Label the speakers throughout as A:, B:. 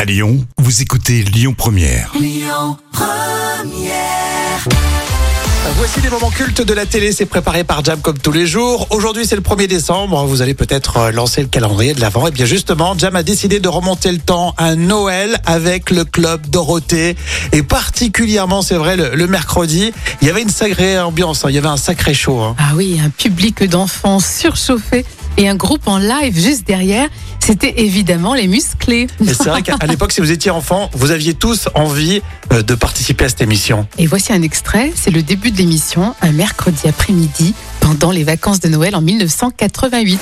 A: À Lyon, vous écoutez Lyon Première.
B: Voici les moments cultes de la télé, c'est préparé par Jam comme tous les jours. Aujourd'hui c'est le 1er décembre, vous allez peut-être euh, lancer le calendrier de l'avant. Et bien justement, Jam a décidé de remonter le temps à Noël avec le club Dorothée. Et particulièrement, c'est vrai, le, le mercredi, il y avait une sacrée ambiance, hein, il y avait un sacré show. hein.
C: Ah oui, un public d'enfants surchauffé et un groupe en live juste derrière. C'était évidemment les musclés.
B: Et c'est vrai qu'à à l'époque, si vous étiez enfant, vous aviez tous envie euh, de participer à cette émission.
C: Et voici un extrait, c'est le début de l'émission, un mercredi après-midi, pendant les vacances de Noël en 1988.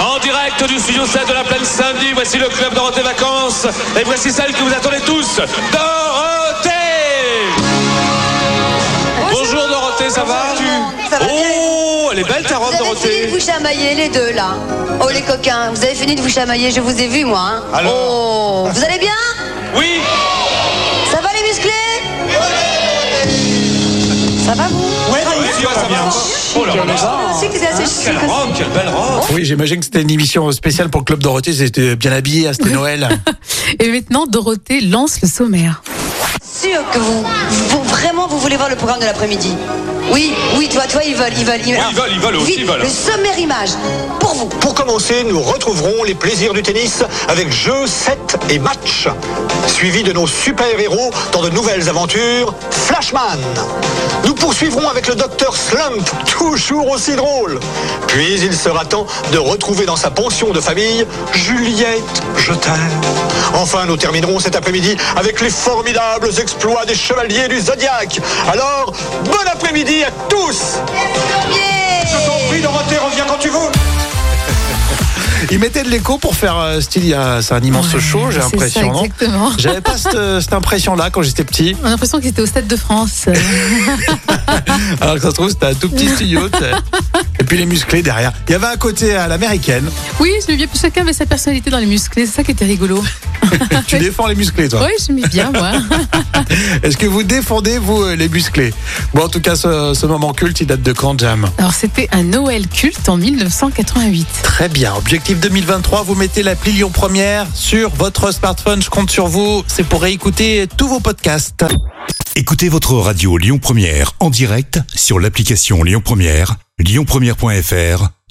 D: En direct du studio 7 de la plaine Saint-Denis, voici le club Dorothée Vacances. Et voici celle que vous attendez tous, Dorothée Bonjour Dorothée, ça va
E: Bonjour, tout le monde. Ça va bien
D: Oh, elle est belle ta robe
E: Vous avez fini de
D: Dorothée
E: vous chamailler les deux là. Oh les coquins, vous avez fini de vous chamailler, je vous ai vu moi. hein.
D: Alors
E: oh, vous allez bien
D: Oui
E: Ça va les musclés Ça va vous
D: Oui, tu vas, ça va Oh là là
E: Je sais que c'est assez chic
D: Quelle
E: aussi.
D: robe, quelle belle robe
B: Oui, j'imagine que c'était une émission spéciale pour le club Dorothée, c'était bien habillé, c'était Noël.
C: Et maintenant, Dorothée lance le sommaire.
E: Sûr que vous, vous- vraiment vous voulez voir le programme de l'après-midi. Oui, oui, toi, toi, ils veulent, ils veulent, ils
D: Oui, ils veulent, ils veulent aussi,
E: Vite,
D: ils veulent.
E: Le sommaire image pour vous.
F: Pour commencer, nous retrouverons les plaisirs du tennis avec jeux, sets et matchs, suivis de nos super-héros dans de nouvelles aventures Flashman. Nous poursuivrons avec le docteur Slump, toujours aussi drôle. Puis il sera temps de retrouver dans sa pension de famille Juliette, je t'aime. Enfin, nous terminerons cet après-midi avec les formidables exploits des chevaliers du Zodiac. Alors, bon après-midi à tous Je t'en prie, Dorothée, reviens quand tu veux
B: Il mettait de l'écho pour faire euh, style, il y a- c'est un immense
C: Ouais,
B: show, j'ai
C: c'est ça,
B: l'impression, non
C: exactement.
B: J'avais pas cette, euh, cette impression-là quand j'étais petit.
C: On a l'impression que c'était au Stade de France.
B: Alors que ça se trouve, c'était un tout petit studio. tu sais. Et puis les musclés derrière. Il y avait un côté à l'américaine.
C: oui, j'aimais bien, chacun avait sa personnalité dans les musclés, c'est ça qui était rigolo.
B: Tu défends les musclés, toi.
C: Oui, j'aimais bien, moi.
B: Est-ce que vous défendez, vous, euh, les musclés Bon, en tout cas, ce, ce moment culte, il date de quand, Jam
C: Alors, c'était un Noël culte en 1988.
B: Très bien. Objectif 2023, vous mettez l'appli Lyon Première sur votre smartphone. Je compte sur vous. C'est pour réécouter tous vos podcasts.
A: Écoutez votre radio Lyon Première en direct sur l'application Lyon Première, lyonpremière.fr